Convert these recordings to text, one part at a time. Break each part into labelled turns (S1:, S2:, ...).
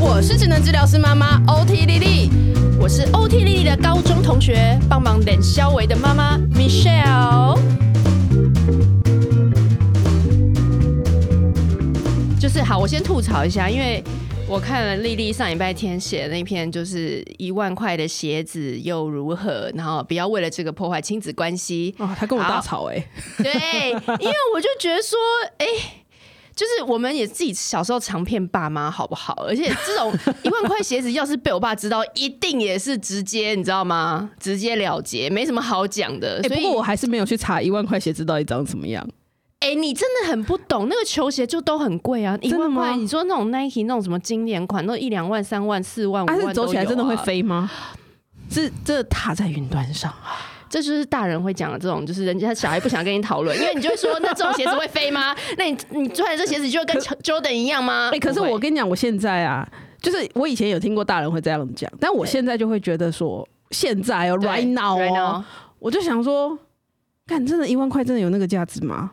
S1: 我是职能治疗师妈妈 OT 丽丽，我是 OT 丽丽的高中同学，帮忙冷肖维的妈妈 Michelle。就是好，我先吐槽一下，因为我看了丽丽上礼拜天写的那篇，就是一万块的鞋子又如何，然后不要为了这个破坏亲子关系。
S2: 哦，他跟我大吵哎、
S1: 对，因为我就觉得说，哎、就是我们也自己小时候常骗爸妈，好不好？而且这种一万块鞋子，要是被我爸知道，一定也是直接，你知道吗？直接了结，没什么好讲的。
S2: 哎、
S1: 所
S2: 不
S1: 以，
S2: 过我还是没有去查一万块鞋子到底长怎么样。
S1: 哎、你真的很不懂，那个球鞋就都很贵啊，一
S2: 的
S1: 万
S2: 吗
S1: 块。你说那种 Nike 那种什么经典款，都一两万、三万、四万、五
S2: 它、
S1: 万、
S2: 啊
S1: 啊
S2: 是走起来真的会。飞吗？是这踏在云端 上，
S1: 这就是大人会讲的这种，就是人家小孩不想跟你讨论，因为你就会说，那这种鞋子会飞吗？那你你穿的这鞋子就会跟 Jordan 一样吗？
S2: 哎、可是
S1: 不会
S2: 我跟你讲，我现在啊，就是我以前有听过大人会这样讲，但我现在就会觉得说，现在哦
S1: 对
S2: ，right now 哦
S1: right now
S2: 我就想说，干，真的，一万块真的有那个价值吗？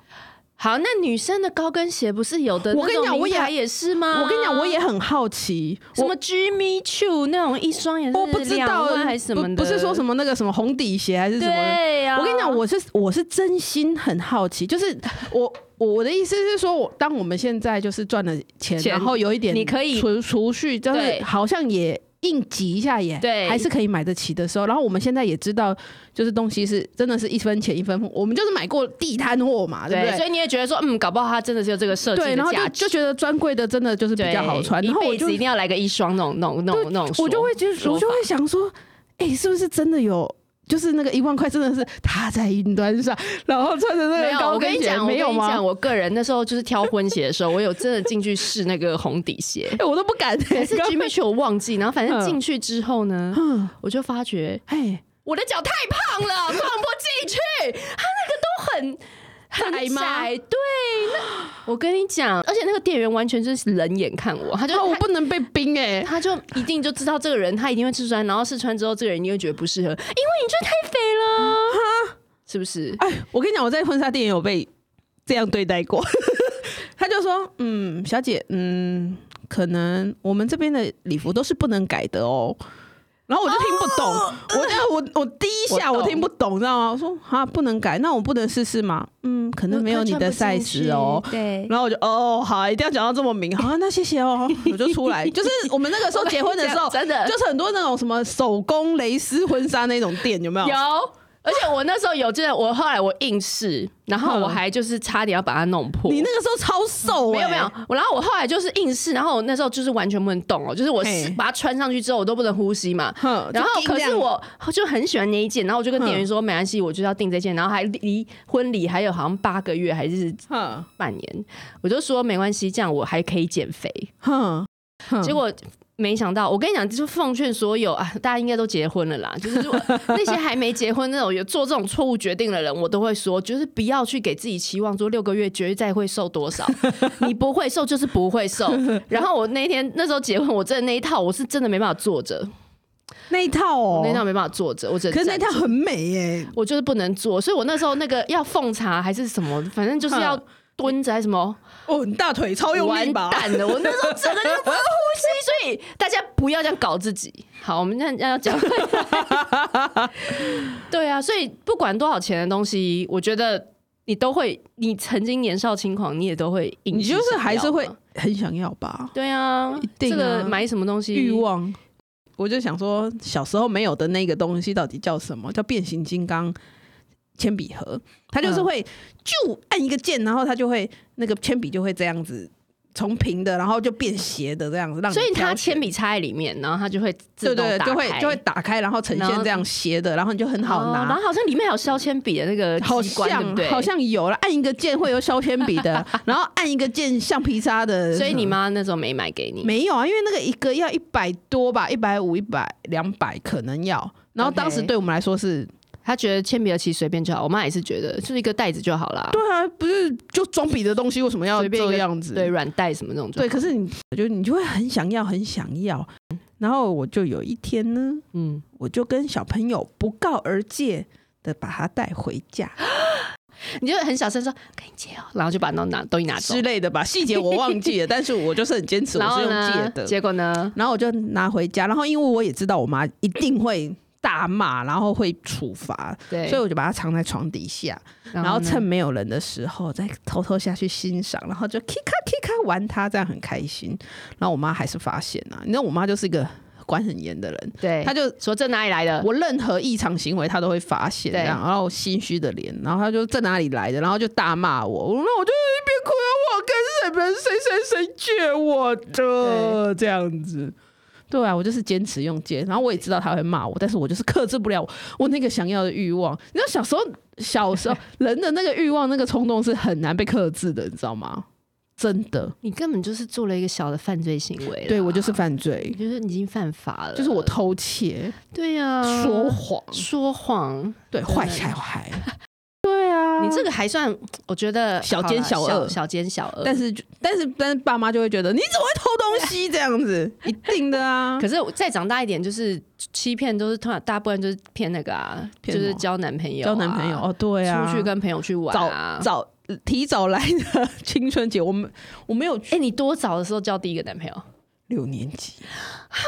S1: 好，那女生的高跟鞋不是有的？
S2: 我跟你讲我也
S1: 也是吗？
S2: 我跟你讲，我也很好奇，
S1: 啊什么 Jimmy Choo 那种一双也是
S2: 我我不知
S1: 两
S2: 道
S1: 万还是什么的，
S2: 不，不是说什
S1: 么
S2: 么那个什么红底鞋还是什么的。
S1: 对啊呀、
S2: 我跟你讲，我是我是真心很好奇，就是我我我的意思是说，我当我们现在就是赚了钱，
S1: 钱
S2: 然后有一点
S1: 你可以
S2: 储储蓄，就是
S1: 对
S2: 好像也应急一下也
S1: 对
S2: 还是可以买得起的时候，然后我们现在也知道，就是东西是真的是一分钱一分货，我们就是买过地摊货嘛，对不
S1: 对，所
S2: 对？
S1: 以你也觉得说，嗯，搞不好它真的是有这个设计
S2: 对，然
S1: 的
S2: 后
S1: 价
S2: 就
S1: 值
S2: 就。觉得专柜的真的就是比较好穿，
S1: 对
S2: 然后
S1: 一
S2: 我
S1: 辈
S2: 就
S1: 子一定要来个一双那种、那种、那种、那种说，
S2: 我就会觉得，
S1: 说
S2: 我就
S1: 法
S2: 会想说，哎、是不是真的有？就是那个一万块真的是踏在云端上，然后穿着
S1: 没
S2: 那
S1: 有
S2: 个。
S1: 我
S2: 高
S1: 跟
S2: 跟
S1: 你
S2: 鞋，
S1: 讲，我跟
S2: 没有
S1: 你
S2: 吗
S1: 讲，？我个人那时候就是挑婚鞋的时候，我有真的进去试那个红底鞋，
S2: 哎、我都不敢、欸。
S1: 还是 Jimmy Choo 我忘记。然后反正
S2: 嗯
S1: 进去之后呢，
S2: 嗯，
S1: 我就发觉
S2: 哎，
S1: 我的脚太胖了， 放不进去。他那个都很
S2: 窄
S1: 很
S2: 吗
S1: 窄，对。那 我跟你讲，而且那个店员完全就是冷眼看哦我，他就、
S2: 啊，我
S1: 他
S2: 不能被冰哎、
S1: 他就一定就知道这个人他一定会试穿，然后试穿之后这个人一定会觉得不适合，因为你就是太肥了，是不是？
S2: 哎，我跟你讲，我在婚纱店也有被这样对待过。 他就说，嗯，小姐，嗯，可能我们这边的礼服都是不能改的哦。然后我就听不懂，我就我我第一下
S1: 哦我
S2: 我
S1: 懂
S2: 听不懂，知道吗？我说啊，不能改，那我不能试试吗？嗯，可能没有你的 size 哦。
S1: 对。
S2: 然后我就哦，好，一定要讲到这么明，好，那谢谢 哦，我就出来。就是我们那个时候结婚的时候，
S1: 真的
S2: 就是很多那种什么手工蕾丝婚纱那种店，有没有？
S1: 有，而且我那时候有，就是我后来我硬试，然后我还就是差点要把它弄破。
S2: 你那个时候超瘦、欸，
S1: 没有没有，我然后我后来就是硬试，然后我那时候就是完全不能动哦，就是我
S2: 嘿
S1: 把它穿上去之后，我都不能呼吸嘛。
S2: 哼，
S1: 然后
S2: 就
S1: 可
S2: 尽
S1: 是
S2: 量
S1: 我就很喜欢那一件，然后我就跟店员说没关系，我就是要订这件，然后还离婚礼还有好像八个月还是
S2: 哼
S1: 半年，我就说没关系，这样我还可以减肥。
S2: 哼，哼
S1: 结果没想到，我跟你讲，就是奉劝所有啊，大家应该都结婚了啦， 就是如果那些还没结婚那种有做这种错误决定的人，我都会说，就是不要去给自己期望，说六个月绝对再会瘦 多少，你不会瘦就是不会瘦。然后我那天那时候结婚，我真的那一套我是真的没办法坐着，
S2: 那一套
S1: 我，
S2: 哦
S1: 那一套没办法坐着，我只能
S2: 可是那
S1: 站
S2: 一
S1: 着
S2: 套很美耶、
S1: 我就是不能坐，所以我那时候那个要奉茶还是什么，反正就是要
S2: 哼
S1: 蹲着还是什么。
S2: 哦，你大腿超用
S1: 完
S2: 力吧？
S1: 蛋了！我那时候整个就不能呼吸，所以大家不要这样搞自己。好，我们现在要讲， 对啊，所以不管多少钱的东西，我觉得你都会，你曾经年少轻狂，你也都会硬
S2: 你
S1: 起想
S2: 就
S1: 要嘛，
S2: 是还是会很想要吧？
S1: 对啊，
S2: 一定
S1: 这
S2: 啊
S1: 个买什么东西
S2: 欲。望。我就想说，小时候没有的那个东西到底叫什么？叫变形金刚铅笔盒，它就是
S1: 嗯
S2: 会就按一个键，然后它就会那个铅笔就会这样子从平的，然后就变斜的这样子，让你
S1: 所以它
S2: 挑选
S1: 铅笔插在里面，然后它就会自
S2: 对
S1: 动
S2: 对，
S1: 打
S2: 就会
S1: 开
S2: 就会打开，然后呈
S1: 然后
S2: 现这样斜的，然后你就很好
S1: 哦然
S2: 拿。
S1: 后好像里面还有削铅笔的那个
S2: 好
S1: 机关，对不
S2: 像
S1: 对？
S2: 好像有了，按一个键会有削铅笔 的，然后按一个键橡皮擦的。
S1: 所以你妈那时候没买给你，
S2: 没有啊？因为那个一个要一百多吧，一百五、一百、两百可能要。然后当时
S1: OK
S2: 对我们来说是，
S1: 她觉得铅笔盒其实随便就好。我妈也是觉得就是一个袋子就好啦。
S2: 对啊，不是就装笔的东西为什么要
S1: 随便一
S2: 这
S1: 个
S2: 样子？
S1: 对软袋什么那种就
S2: 对，
S1: 好。
S2: 可是你就你就会很想要，很想要。然后我就有一天呢，
S1: 嗯，
S2: 我就跟小朋友不告而戒的把他带回家。
S1: 你就很小声说可以借哦，然后就把那拿东西拿走
S2: 之，类的吧，细节我忘记 了，但是我就是很坚持，
S1: 然
S2: 我是
S1: 后
S2: 用借
S1: 呢，
S2: 的。
S1: 结果呢，
S2: 然后我就拿回家，然后因为我也知道我妈一定会大骂，然后会处罚，
S1: 对，
S2: 所以我就把它藏在床底下，
S1: 然
S2: 然后
S1: 呢
S2: 趁没有人的时候再偷偷下去欣赏，然后就 kika kika 玩它，这样很开心。然后我妈还是发现啊，你知道我妈就是一个管很严的人，
S1: 对，
S2: 她就
S1: 说这哪里来的？
S2: 我任何异常行为，他都会发现，这
S1: 对
S2: 样，然后心虚的脸，然后他就这哪里来的，然后就大骂我，那我就一边哭，我跟日本谁谁谁借我的这样子。对啊，我就是坚持用借，然后我也知道他会骂我，但是我就是克制不了我我那个想要的欲望。你知道小时候，小时候人的那个欲望、那个冲动是很难被克制的，你知道吗？真的，
S1: 你根本就是做了一个小的犯罪行为啦，
S2: 对我就是犯罪
S1: 你，就是你已经犯法了，
S2: 就是我偷窃、
S1: 对呀，
S2: 说谎，
S1: 说谎，
S2: 对，
S1: 真的
S2: 坏小 孩。对啊，
S1: 你这个还算，我觉得
S2: 小
S1: 好
S2: 奸
S1: 啦
S2: 小恶
S1: 小奸小恶，
S2: 但是就但是但是爸妈就会觉得你怎么会偷东西这样子？一定的啊
S1: 可，是我再长大一点，就是欺骗都是通常大部分就是骗那个啊，就
S2: 骗什么
S1: 是交男朋友、啊
S2: 交男朋友、哦，对啊，
S1: 出去跟朋友去玩啊。
S2: 早提早来的青春节，我们我没有
S1: 哎、
S2: 去
S1: 你多早的时候交第一个男朋友？
S2: 六年级，
S1: 好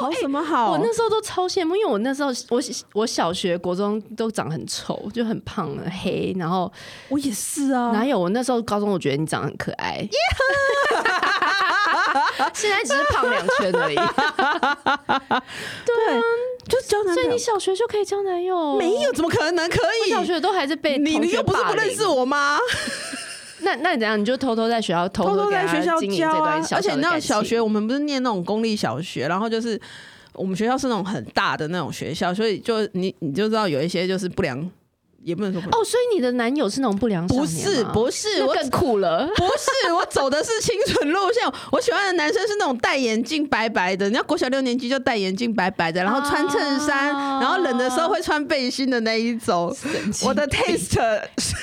S2: 好啊什么好？
S1: 哎我那时候都超羡慕，因为我那时候我我小学、国中都长很丑，就很胖、很黑，然后
S2: 我也是啊，
S1: 哪有？我那时候高中我觉得你长得很可爱， 现在只是胖两圈而 已。
S2: 对，就交男
S1: 所
S2: 朋
S1: 以
S2: 友
S1: 你小学就可以交男友？
S2: 没有，怎么可能可
S1: 我小
S2: 以？
S1: 学都还是被
S2: 你
S1: 同
S2: 你
S1: 学
S2: 又不是
S1: 霸
S2: 不
S1: 凌
S2: 认识我吗？
S1: 那那你怎样？你就偷偷在学校偷
S2: 偷偷
S1: 给
S2: 在
S1: 他
S2: 学校
S1: 经营
S2: 教
S1: 这
S2: 啊
S1: 段，小
S2: 而且
S1: 小
S2: 你
S1: 的
S2: 知道
S1: 感
S2: 小
S1: 情
S2: 学我们不是念那种公立小学，然后就是我们学校是那种很大的那种学校，所以就你你就知道有一些就是不良，也不能说不良，
S1: 哦，所以你的男友是那种不良少
S2: 不
S1: 年
S2: 是
S1: 吗
S2: 不是
S1: 那
S2: 我。
S1: 更酷了。
S2: 不是，我走的是清纯路线。我喜欢的男生是那种戴眼镜白白的，人家国小六年级就戴眼镜白白的，然后穿衬衫，
S1: 啊
S2: 然后冷的时候会穿背心的那一种。我的 taste 是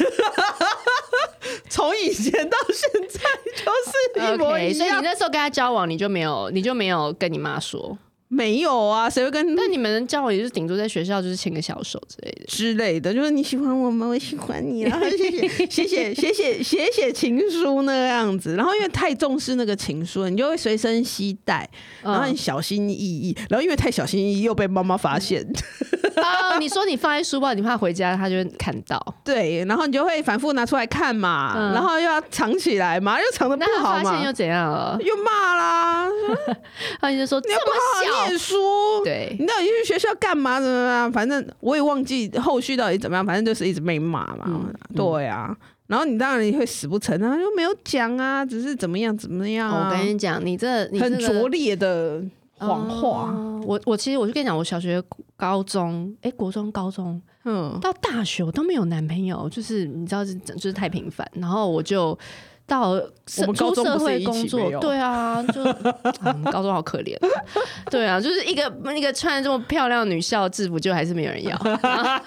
S2: 从以前到现在 就是一模
S1: OK，
S2: 一
S1: 所以你
S2: 样。
S1: 那时候跟他交往，你就没有，你就没有跟你妈说。
S2: 没有啊，谁会跟
S1: 那、你们交往也就是顶多在学校就是牵个小手之类的。
S2: 之类的？就是你喜欢我吗？我喜欢你， 然后谢谢谢谢谢谢写写情书那样子。然后因为太重视那个情书了，你就会随身携带，然后
S1: 嗯
S2: 很小心翼翼。然后因为太小心翼翼，又被妈妈发现。
S1: 嗯 哦，你说你放在书包，你怕回家他就会看到。
S2: 对，然后你就会反复拿出来看嘛，
S1: 嗯
S2: 然后又要藏起来嘛，又藏的不
S1: 那
S2: 好
S1: 他发现
S2: 嘛
S1: 又，怎样了？
S2: 又骂啦，
S1: 他就说
S2: 你又
S1: 这
S2: 不好好
S1: 么小，
S2: 念书，
S1: 对，
S2: 你到底去学校干嘛？怎么样？反正我也忘记后续到底怎么样，反正就是一直被骂嘛。
S1: 嗯
S2: 对啊，然后你当然也会死不承认，就没有讲啊，只是怎么样怎么样
S1: 哦
S2: 啊，
S1: 我跟你讲，你这你这
S2: 很
S1: 个
S2: 拙劣的谎话。
S1: 哦我我其实我就跟你讲，我小学、高中，哎、国中、高中，
S2: 嗯，
S1: 到大学我都没有男朋友，就是你知道，这就是太频繁。然后我就到社
S2: 我们高
S1: 出
S2: 中
S1: 社
S2: 不是
S1: 会
S2: 一起
S1: 工
S2: 没
S1: 作，
S2: 有
S1: 对啊，就、 嗯高中好可怜，对啊，就是一个那个穿着这么漂亮的女校制服，就还是没有人要。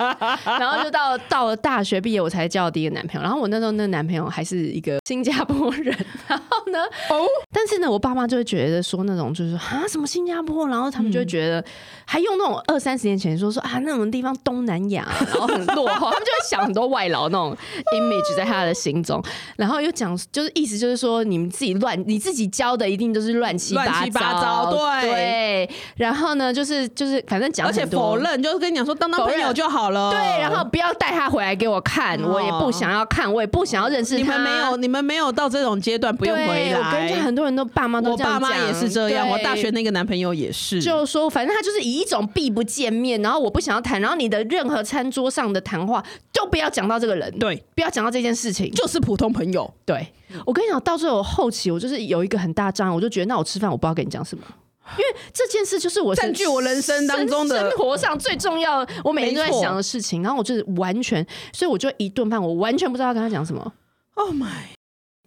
S1: 然后就到到了大学毕业，我才交了第一个男朋友。然后我那时候那个男朋友还是一个新加坡人， 然后呢，
S2: 哦，
S1: 但是呢，我爸妈就会觉得说那种就是啊什么新加坡，然后他们
S2: 嗯
S1: 就会觉得、还用那种二三十年前说说啊那种地方东南亚，然后很落后， 他们就会想很多外劳那 种 image 在他的心中，然后又讲就是意思就是说你们自己乱，你自己教的一定都是乱七
S2: 乱七八
S1: 糟，
S2: 糟对
S1: 对，然后呢就是就是反正讲
S2: 而且
S1: 很多
S2: 否认，就是跟你讲说当当朋友就好了。
S1: 对，然后不要带他回来给我看，
S2: 哦
S1: 我也不想要看，我也不想要认识他。
S2: 你们没有，你们没有到这种阶段，不
S1: 对，
S2: 用回
S1: 我跟你讲，
S2: 来。
S1: 很多人都爸妈都
S2: 我
S1: 这样
S2: 爸妈
S1: 讲
S2: 也是这样，
S1: 对
S2: 我大学那个男朋友也是。
S1: 就说，反正他就是以一种避不见面，然后我不想要谈，然后你的任何餐桌上的谈话都不要讲到这个人，
S2: 对，
S1: 不要讲到这件事情。
S2: 就是普通朋友。
S1: 对我跟你讲，到最后后期我就是有一个很大障碍，我就觉得那我吃饭我不知道跟你讲什么。因为这件事就是我
S2: 占
S1: 生
S2: 据我人生当中的
S1: 生生活上最重要，我每天都在
S2: 没错
S1: 想的事情，然后我就是完全，所以我就一顿饭我完全不知道要跟他讲什么。
S2: Oh my！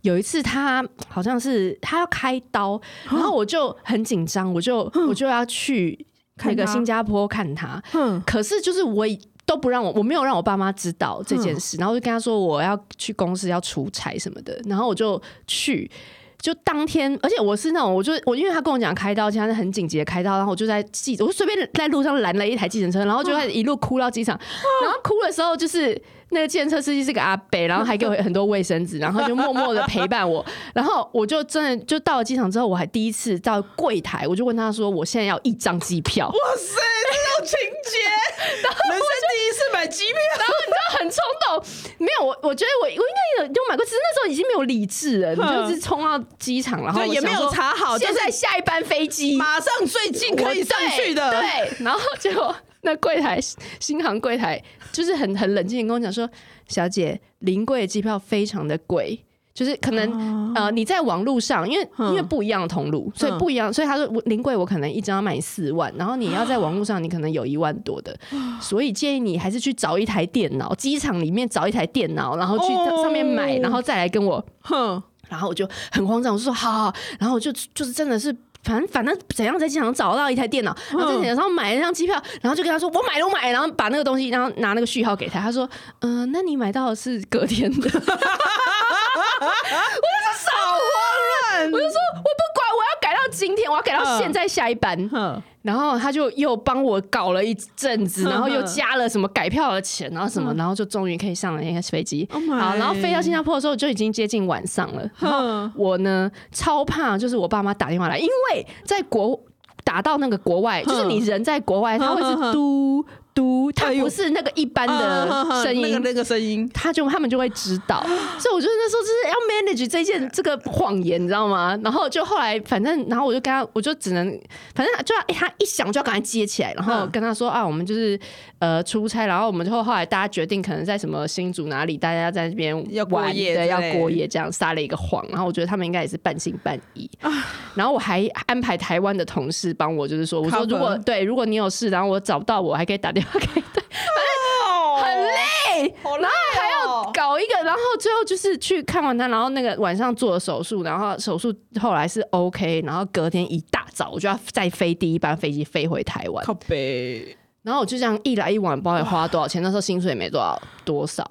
S1: 有一次他好像是他要开刀，然后我就很紧张，我就我就要去那
S2: 看
S1: 个
S2: 他
S1: 新加坡看他，
S2: 哼，
S1: 可是就是我已都不让我，我没有让我爸妈知道这件事，然后就跟他说我要去公司要出差什么的，然后我就去。就当天，而且我是那种，我就我因为他跟我讲开刀，其实他是很紧急的开刀，然后我就在计，我就随便在路上拦了一台计程车，然后就开始一路哭到机场，然后哭的时候就是那个计程车司机是个阿伯，然后还给我很多卫生纸，然后就默默的陪伴我，然后我就真的就到了机场之后，我还第一次到柜台，我就问他说，我现在要一张机票，
S2: 哇塞，这种情 节，人生第一次买机票，
S1: 然后你就很冲动，没有我，我觉得我我应该有有买过，只是那时候已经没有理智了，
S2: 嗯
S1: 你就是冲到机场，然后
S2: 就也
S1: 我想
S2: 没有
S1: 说
S2: 查好
S1: 现
S2: 就是
S1: 在下一班飞机
S2: 马上最近可以上去的，
S1: 我对，对然后结果那柜台新航柜台就是很很冷静的跟我讲说，小姐，临柜的机票非常的贵。就是可
S2: 哦
S1: 能、呃，你在网络上，因为、
S2: 嗯
S1: 因为不一样的通路，所以不一样，所以他说我临柜我可能一张要卖你四万，然后你要在网络上你可能有一万多的，
S2: 哦
S1: 所以建议你还是去找一台电脑，机场里面找一台电脑，然后去
S2: 哦
S1: 上面买，然后再来跟我
S2: 哼，
S1: 然后我就很慌张，我就说好好，好然后我就就是真的是。反正反正怎样在机场找到一台电脑，然后在电脑上买了一张机票，然后就跟他说我买了我买了，然后把那个东西，然后拿那个序号给他，他说嗯、呃那你买到的是隔天的，我就说
S2: 好慌乱，
S1: 我不管，我要改到今天，我要改到现在下一班，
S2: 哼，
S1: 然后他就又帮我搞了一阵子，然后又加了什么改票的钱，然后什么，然后就终于可以上了那个飞机。
S2: Oh my
S1: 好，然后飞到新加坡的时候就已经接近晚上了。然后我呢超怕，就是我爸妈打电话来，因为在国打到那个国外，就是你人在国外，他会是嘟嘟，他
S2: 哎呦
S1: 不是那个一般
S2: 啊
S1: 的声
S2: 那个
S1: 音。
S2: 那个声音，
S1: 他就他们就会知道，所以我就那时候就是要 manage 这件这个谎言，你知道吗？然后就后来反正，然后我就跟他，我就只能反正就要、欸他一响就要赶快接起来，然后
S2: 嗯
S1: 跟他说啊，我们就是呃出差，然后我们就后来大家决定可能在什么新竹哪里，大家在这边
S2: 要过
S1: 玩
S2: 夜
S1: 对，
S2: 之
S1: 要
S2: 类
S1: 过
S2: 的
S1: 夜这样撒了一个谎，然后我觉得他们应该也是半信半疑，然后我还安排台湾的同事帮我，就是说我说
S2: Cover
S1: 如果对如果你有事，然后我找不到我还可以打电话给他。
S2: 很
S1: 累，
S2: 哦好累
S1: 然后还
S2: 哦
S1: 要搞一个，然后最后就是去看完他，然后那个晚上做了手术，然后手术后来是 OK，然后隔天一大早我就要再飞第一班飞机飞回台湾，
S2: 靠背，
S1: 然后我就这样一来一往，不知道也花多少钱，那时候薪水也没多少多少，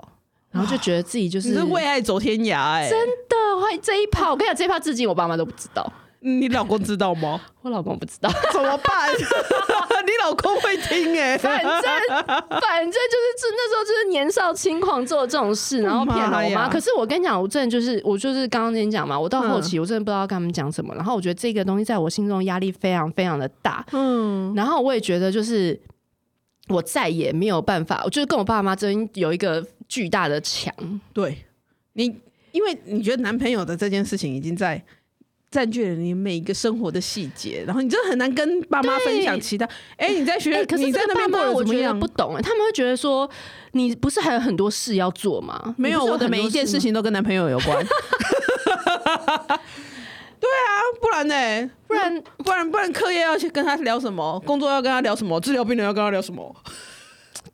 S1: 然后就觉得自己就是
S2: 你是为爱走天涯哎，
S1: 真的会这一趴，我跟你讲这一趴至今我爸妈都不知道，
S2: 你老公知道吗？
S1: 我老公不知道。
S2: 怎么办？ 你老公会听 哎，
S1: 反正反正就是就那时候就是年少轻狂做这种事，然后骗了
S2: 妈
S1: 我妈。
S2: 呀
S1: 可是我跟你讲，我真的就是我就是刚刚跟你讲嘛，我到后期我真的不知道跟他们讲什么。然后我觉得这个东西在我心中压力非常非常的大。
S2: 嗯，
S1: 然后我也觉得就是我再也没有办法，我就是跟我爸妈之间有一个巨大的墙。
S2: 对你，因为你觉得男朋友的这件事情已经在占据了你每一个生活的细节，然后你真的很难跟爸妈分享
S1: 对
S2: 其他。哎、你在学，
S1: 哎、可是
S2: 你在
S1: 这
S2: 那
S1: 个爸
S2: 边过
S1: 妈
S2: 得
S1: 我
S2: 怎么
S1: 觉得
S2: 样
S1: 不？懂、哎，他们会觉得说你不是还有很多事要做吗？
S2: 没有，
S1: 你不是
S2: 我的
S1: 很多
S2: 每一件
S1: 吗
S2: 事情都跟男朋友有关。对 啊，不然呢？
S1: 不然
S2: 不然不然，课业要去跟他聊什么？工作要跟他聊什么？治疗病人要跟他聊什么？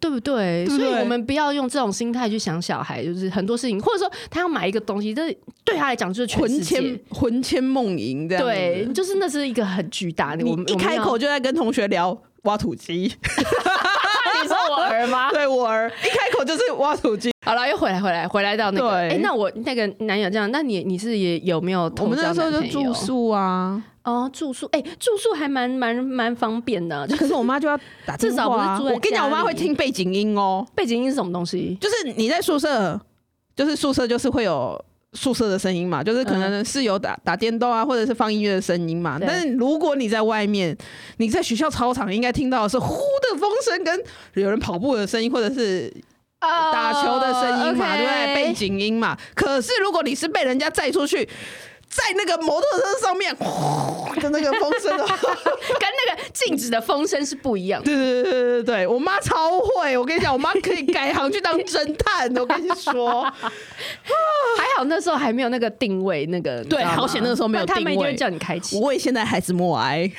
S1: 对不对？
S2: 对不
S1: 所以
S2: 对
S1: 我们不要用这种心态去想小孩，就是很多事情，或者说他要买一个东西，这对他来讲就是全
S2: 魂
S1: 世
S2: 牵
S1: 界。
S2: 魂牵梦萦这样子。
S1: 对，就是那是一个很巨大的。
S2: 你
S1: 我们
S2: 一开，
S1: 我
S2: 口
S1: 们
S2: 就在跟同学聊挖土机，
S1: 要你说我儿 吗？
S2: 对我儿一开口就是挖土机。
S1: 好了，又回来，回来，回来到那个。
S2: 对
S1: 哎，那我那个男友这样，那你你是也有没有？
S2: 我们那时候就住宿啊，
S1: 哦，住宿，哎，住宿还蛮蛮蛮方便的，就
S2: 可是我妈就要打电
S1: 至少不
S2: 话
S1: 是
S2: 啊
S1: 住在
S2: 我跟你讲，我
S1: 家
S2: 妈会
S1: 里
S2: 听背景音哦，
S1: 背景音是什么东西？
S2: 就是你在宿舍，就是宿舍就是会有。宿舍的声音嘛，就是可能室友打、打电动啊，或者是放音乐的声音嘛。
S1: 对
S2: 但是如果你在外面，你在学校操场应该听到的是呼的风声，跟有人跑步的声音，或者是打球的声音嘛对不对？背景音嘛。可是如果你是被人家载出去，在那个摩托车上面呼的那个风声的话，
S1: 跟那个静止的风声是不一样的。
S2: 对对对对对对，我妈超会，我跟你讲，我妈可以改行去当侦探，我跟你说，
S1: 还好那时候还没有那个定位，那 个
S2: 对好险那个时候没有
S1: 他们一
S2: 定
S1: 定
S2: 位
S1: 会叫你开启。
S2: 我为现在孩子默哀，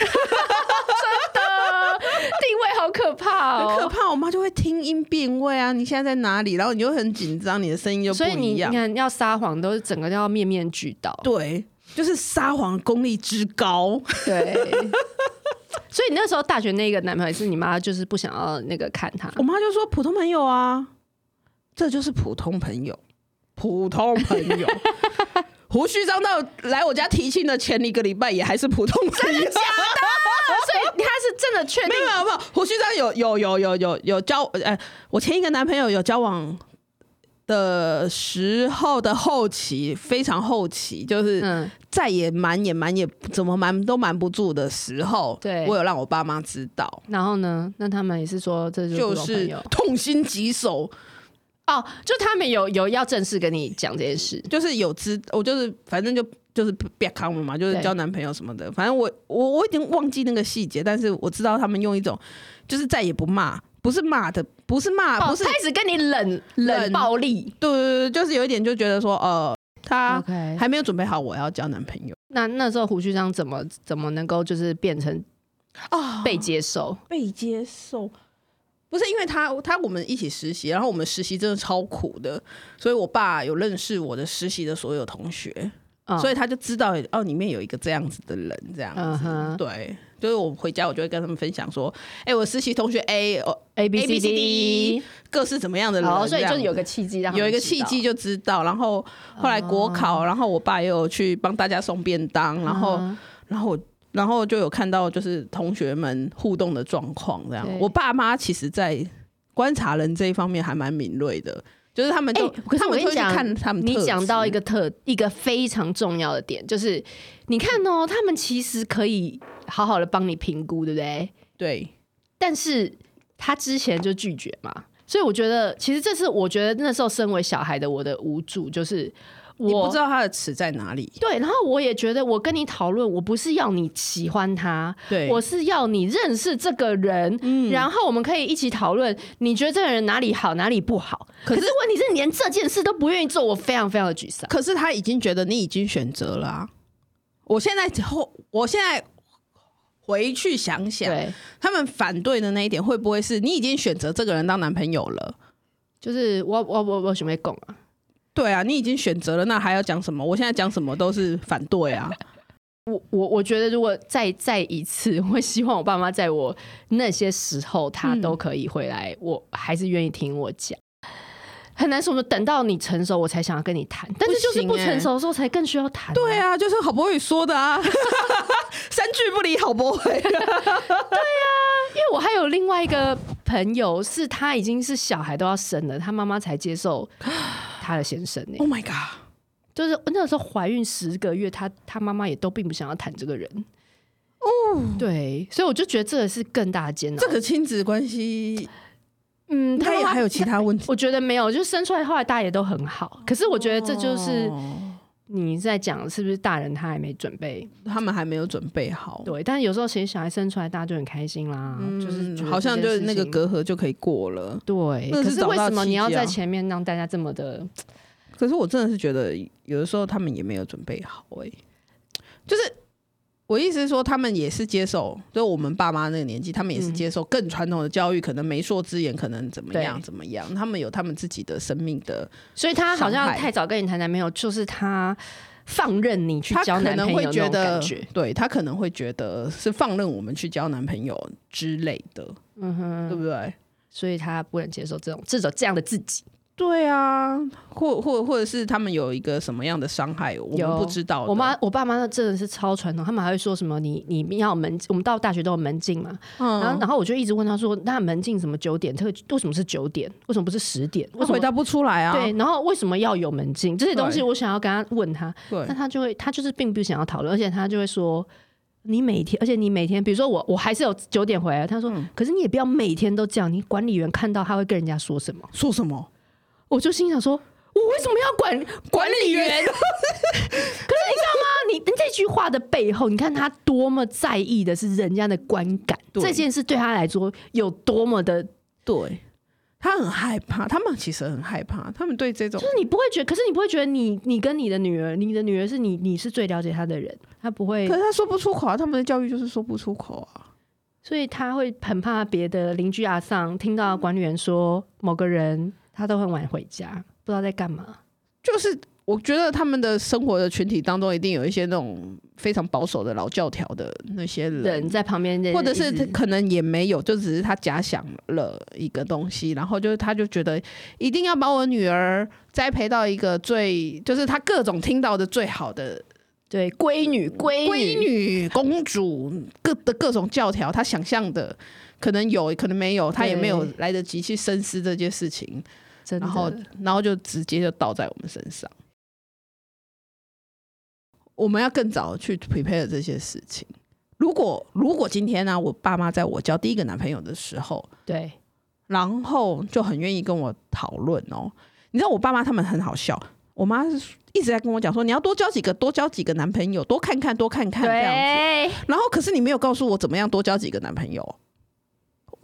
S1: 的定位好可怕
S2: 很可
S1: 哦。
S2: 怕，我妈就会听音辨位啊，你现在在哪里？然后你就会很紧张，你的声音就不
S1: 所以你
S2: 一
S1: 你
S2: 样，
S1: 看，要撒谎都是整个都要面面俱到。
S2: 对，就是撒谎功力之 高，
S1: 对， 所以你那时候大学那个男朋友也是你妈，就是不想要那个看 他。
S2: 我妈就说普通朋友 啊，这就是普通朋友，普通朋友。胡须张到来我家提亲的前一个礼拜也还是普通朋友，真的
S1: 所以他是真的确定
S2: 没有没有没有，胡须章有有有有有有交，哎，我前一个男朋友有交往的时候的后期，非常后期，就是
S1: 嗯，
S2: 再也瞒也瞒也怎么瞒都瞒不住的时候，
S1: 对
S2: 我有让我爸妈知道，
S1: 然后呢？那他们也是说这就是
S2: 就
S1: 普通朋
S2: 是
S1: 友
S2: 痛心疾首，
S1: 哦，就他们有有要正式跟你讲这件事，
S2: 就是有知，我就是反正就就是别康了嘛，就是
S1: 对
S2: 交男朋友什么的，反正我我我已经忘记那个细节，但是我知道他们用一种就是再也不骂，不是骂的，不是骂，
S1: 哦
S2: 不是
S1: 开始跟你冷冷
S2: 冷
S1: 暴力。
S2: 对对对，就是有一点就觉得说，呃，他
S1: OK，
S2: 还没有准备好我要交男朋友
S1: 那那时候胡须章怎么怎么能够就是变成
S2: 啊
S1: 被接受？
S2: 被接受。不是因为他他我们一起实习，然后我们实习真的超苦的，所以我爸有认识我的实习的所有同学，
S1: 嗯
S2: 所以他就知道哦，里面有一个这样子的人，这样
S1: 嗯
S2: 子。
S1: 哼
S2: 对，就是我回家我就会跟他们分享说，哎、我实习同学 A 哦，
S1: A B C
S2: A B C D
S1: D E，
S2: 各是怎么样的人，
S1: 哦好，所以
S2: 这
S1: 就
S2: 样
S1: 是
S2: 子
S1: 有个契机让他们
S2: 有一个契机
S1: 知
S2: 就知道，然后后来国考，然后我爸也有去帮大家送便当，
S1: 道，
S2: 然后
S1: 嗯
S2: 然后我然后就有看到就是同学们互动的状况，这样
S1: 对。
S2: 我爸妈其实，在观察人这一方面还蛮敏锐的，就是他们就、
S1: 哎可是
S2: 他
S1: 我跟
S2: 们
S1: 你
S2: 就会去
S1: 讲
S2: 看他们
S1: 你
S2: 特
S1: 讲
S2: 质
S1: 到一个特一个非常重要的点，就是你看哦，他们其实可以好好的帮你评估，对不对？
S2: 对
S1: 但是他之前就拒绝嘛，所以我觉得其实这是我觉得那时候身为小孩的我的无助，就是
S2: 你不
S1: 我
S2: 知道他的尺在哪里，
S1: 对，然后我也觉得我跟你讨论，我不是要你喜欢他，
S2: 对
S1: 我是要你认识这个人，
S2: 嗯
S1: 然后我们可以一起讨论，你觉得这个人哪里好，哪里不好。可
S2: 可
S1: 是
S2: 是
S1: 问题是，你连这件事都不愿意做，我非常非常的沮丧。
S2: 可是他已经觉得你已经选择了、啊。我现在后，我现在回去想想，
S1: 对，
S2: 他们反对的那一点会不会是你已经选择这个人当男朋友了？
S1: 就是我我我我准备拱啊，
S2: 对啊，你已经选择了，那还要讲什么？我现在讲什么都是反对啊。
S1: 我我我觉得如果再再一次，我会希望我爸妈在我那些时候，他
S2: 嗯
S1: 都可以回来，我还是愿意听我讲。很难说，等到你成熟，我才想要跟你谈，但是就是
S2: 不行
S1: 不
S2: 欸
S1: 成熟的时候，才更需要谈、
S2: 对啊，就是郝柏伟说 的啊，三句不离郝柏伟。
S1: 因为我还有另外一个朋友，是他已经是小孩都要生了，他妈妈才接 受他的先生呢、
S2: Oh my god！
S1: 就是呃那时候怀孕十个月，他他妈妈也都并不想要谈这个人。哦，对，所以我就觉得这个是更大的煎熬。
S2: 这个亲子关系
S1: 嗯，
S2: 应
S1: 他
S2: 该
S1: 妈
S2: 也
S1: 妈
S2: 还有其他哦问题。
S1: 我觉得没有，就是生出来后来大家也都很好。可是我觉得这就是
S2: 哦
S1: 你在讲是不是大人他还没准备
S2: 他们还没有准备好，
S1: 对，但是有时候其实小孩生出来大家就很开心啦，就是
S2: 哦嗯
S1: 觉得
S2: 好像就是那个
S1: 这件事情
S2: 隔阂就可以过了。
S1: 对。
S2: 那
S1: 可
S2: 是
S1: 是
S2: 找
S1: 为
S2: 到
S1: 什么
S2: 契
S1: 你要
S2: 机
S1: 在
S2: 啊
S1: 前面让大家这么的？
S2: 可是我真的是觉得，有的时候他们也没有准备好、欸，就是我意思是说，他们也是接受，就我们爸妈那个年纪，他们也是
S1: 嗯
S2: 接受更传统的教育，可能媒妁之言，可能怎么样
S1: 对
S2: 怎么样，他们有他们自己的生命的，
S1: 所以他好像
S2: 伤害
S1: 太早跟你谈男朋友，就是他放任你去
S2: 他
S1: 交
S2: 可
S1: 男
S2: 能
S1: 朋
S2: 会
S1: 友那
S2: 觉
S1: 种感
S2: 得
S1: 觉。，
S2: 对他可能会觉得是放任我们去交男朋友之类的，
S1: 嗯
S2: 对
S1: 哼，
S2: 不对？
S1: 所以他不能接受这种这种这样的自己。
S2: 对啊，或或或者是他们有一个什么样的伤害，我们
S1: 有
S2: 不知道的。
S1: 我妈我爸妈那真的是超传统，他们还会说什么你你要门，我们到大学都有门禁嘛，
S2: 嗯，
S1: 然后，然后我就一直问他说：“那门禁什么九点？这个为什么是九点？为什么不是十点？为
S2: 我
S1: 什么
S2: 回答不出来啊，
S1: 对？然后为什么要有门禁？这些东西
S2: 对
S1: 我想要跟他问他，
S2: 对
S1: 但他就会他就是并不想要讨论，而且他就会说：你每天，而且你每天，比如说我我还是有九点回来，他说：可是你也不要每天都这样，你管理员看到他会跟人家说什么？
S2: 说什么？
S1: 我就心想说。”我为什么要管管理员？可是你知道吗？你这句话的背后，你看他多么在意的是人家的观感，
S2: 对
S1: 这件事对他来说有多么的
S2: 对，他很害怕，他们其实很害怕，他们对这种
S1: 就是你不会觉得，可是你不会觉得你你跟你的女儿，你的女儿是你你是最了解她的人，她不会
S2: 可，是他说不出口啊，他们的教育就是说不出口啊。
S1: 所以她会很怕别的邻居阿桑听到管理员说某个人他都很晚回家，不知道在干嘛。
S2: 就是我觉得他们的生活的群体当中，一定有一些那种非常保守的老教条的那些
S1: 人
S2: 人，
S1: 在旁边，
S2: 或者是
S1: 一
S2: 他
S1: 直
S2: 可能也没有，就只是他假想了一个东西，然后就是他就觉得一定要把我女儿栽培到一个最，就是他各种听到的最好的
S1: 对闺女闺
S2: 闺女、公主各的各种教条，他想象的可能有，可能没有，他也没有
S1: 对
S2: 来得及去深思这件事情，
S1: 真的
S2: 然后然后就直接就倒在我们身上。我们要更早去 prepare 这些事情。如果如果今天呢、啊我爸妈在我交第一个男朋友的时候，
S1: 对
S2: 然后就很愿意跟我讨论哦。你知道我爸妈他们很好笑，我妈是一直在跟我讲说，你要多交几个，多交几个男朋友，多看看，多看看这样子。
S1: 对，
S2: 然后可是你没有告诉我怎么样多交几个男朋友，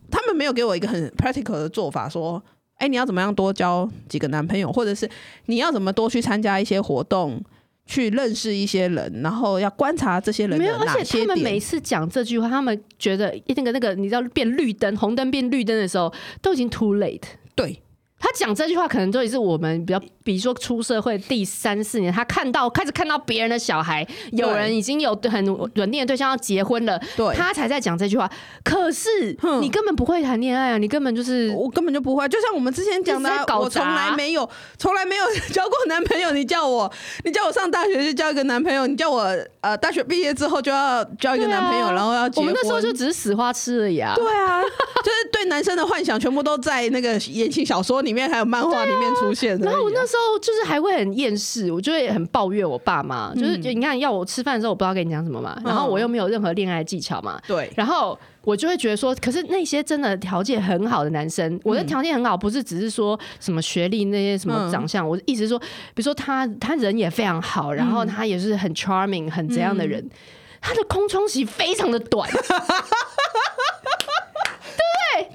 S2: 他们没有给我一个很 practical 的做法，说，哎，你要怎么样多交几个男朋友，或者是你要怎么多去参加一些活动，去认识一些人，然后要观察这些人
S1: 没有，
S2: 的
S1: 而
S2: 哪
S1: 且
S2: 些
S1: 他们每
S2: 点。
S1: 次讲这句话，他们觉得那个那个，你知道变绿灯，红灯变绿灯的时候，都已经 too late。
S2: 对，
S1: 他讲这句话，可能都也是我们比较，比如说出社会第三四年，他看到开始看到别人的小孩，有人已经有很稳定的对象要结婚了，
S2: 对
S1: 他才在讲这句话。可是
S2: 哼
S1: 你根本不会谈恋爱啊，你根本就是
S2: 我根本就不会，就像我们之前讲的啊
S1: 一直在，搞
S2: 我从
S1: 砸
S2: 来没有，从来没有交过男朋友。你叫我， 你叫我上大学去交一个男朋友，你叫我呃大学毕业之后就要交一个
S1: 对啊
S2: 男朋友，然后要结
S1: 我
S2: 婚。
S1: 们那时候就只是死花痴而已啊。
S2: 对啊，就是对男生的幻想全部都在那个言情小说里面，还有漫画里面出现、
S1: 啊然后我那时候就是还会很厌世，我就会很抱怨我爸妈，就是就你看要我吃饭的时候，我不知道跟你讲什么嘛，然后我又没有任何恋爱技巧嘛，
S2: 对
S1: 然后我就会觉得说，可是那些真的条件很好的男
S2: 嗯
S1: 生，我的条件很好，不是只是说什么学历那些什么长
S2: 嗯
S1: 相，我一直说，比如说他他人也非常好，然后他也是很 charming 很怎样的
S2: 嗯
S1: 人，他的空窗期非常的 短，